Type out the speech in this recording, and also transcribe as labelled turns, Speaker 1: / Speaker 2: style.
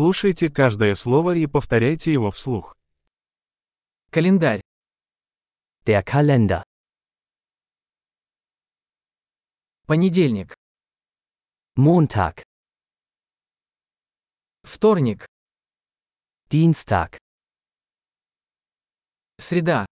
Speaker 1: Слушайте каждое слово и повторяйте его вслух.
Speaker 2: Kalendarь.
Speaker 3: Der er Kalender.
Speaker 2: Понедельник.
Speaker 3: Montag.
Speaker 2: Вторник.
Speaker 3: Dienstag.
Speaker 2: Среда.